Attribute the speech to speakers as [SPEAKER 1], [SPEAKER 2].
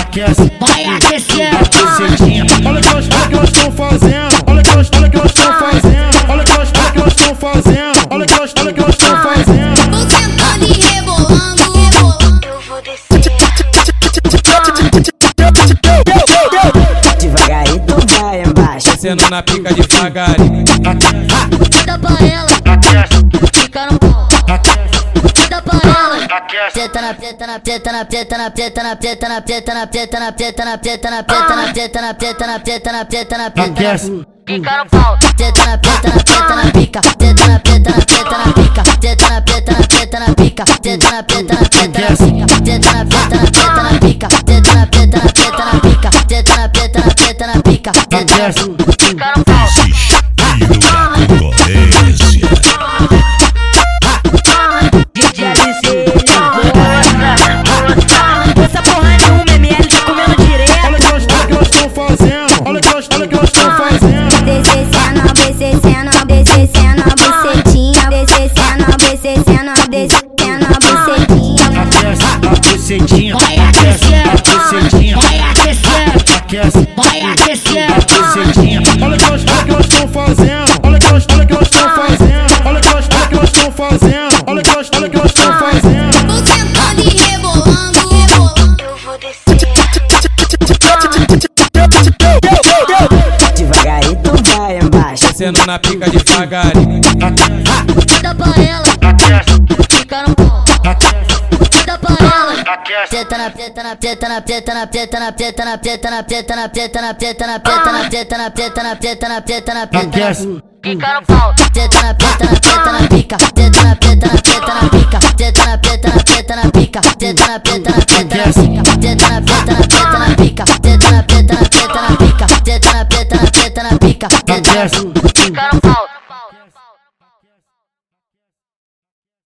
[SPEAKER 1] aquece. Vai aquecer. Olha que olha que elas estão fazendo. Olha que olha que elas estão fazendo. Olha que olha que elas estão fazendo. Olha que olha que elas estão fazendo.
[SPEAKER 2] Vou sentando e rebolando, rebolando. Eu vou descer.
[SPEAKER 3] Devagarito vai embaixo.
[SPEAKER 4] Descendo na pica devagarinho.
[SPEAKER 2] Dá pra ela,
[SPEAKER 1] Aquece,
[SPEAKER 2] fica no pau.
[SPEAKER 1] aquece,
[SPEAKER 2] Dá pra ela.
[SPEAKER 1] aquece.
[SPEAKER 2] Teta na teta na teta na teta na teta na teta na teta na teta na teta na teta na teta na teta na teta na teta na teta na teta na
[SPEAKER 1] Aquece.
[SPEAKER 2] pica no pau. Teta na teta na teta na pica. Teta na teta na teta na pica. Teta na teta na teta na pica. Teta na teta na teta na pica. Teta na teta na teta na pica. Teta na teta na teta na pica. Teta na teta na teta na pica. Teta na
[SPEAKER 1] Aquece.
[SPEAKER 2] pica no pau.
[SPEAKER 5] Essa porra nenhuma, ML tá comendo direto.
[SPEAKER 1] Olha que elas olha que elas estão fazendo. Olha que elas olha que elas estão fazendo.
[SPEAKER 6] Descendo, descendo, descendo, bucetinha, descendo, descendo, descendo, bucetinha.
[SPEAKER 1] Aquece, a bucetinha. Aquece, a bucetinha. Aquece,
[SPEAKER 2] Vai aquecer.
[SPEAKER 1] a bucetinha. Olha que elas olha que elas estão fazendo. Olha que elas olha que elas estão fazendo. Olha que elas olha que elas estão fazendo. Olha que elas olha que elas estão fazendo.
[SPEAKER 2] Vou sentando e rebolando, rebolando. Eu vou descer.
[SPEAKER 3] Devagarito vai embaixo.
[SPEAKER 4] Descendo na pica devagarinho.
[SPEAKER 2] Dá pra ela, fica no pau. Dá pra ela. Teta na teta na teta na teta na teta na teta na teta na teta na teta na teta na teta na teta na teta na teta na teta na teta na
[SPEAKER 1] Aquece.
[SPEAKER 2] pica no pau. Teta na teta na teta na pica. Teta na teta na teta na pica. Teta na teta na teta na pica. Teta na teta na teta na pica. Teta na teta na teta na pica. Teta na teta na teta na pica. Teta na teta na teta na pica. Teta na
[SPEAKER 1] Aquece.
[SPEAKER 2] pica no pau.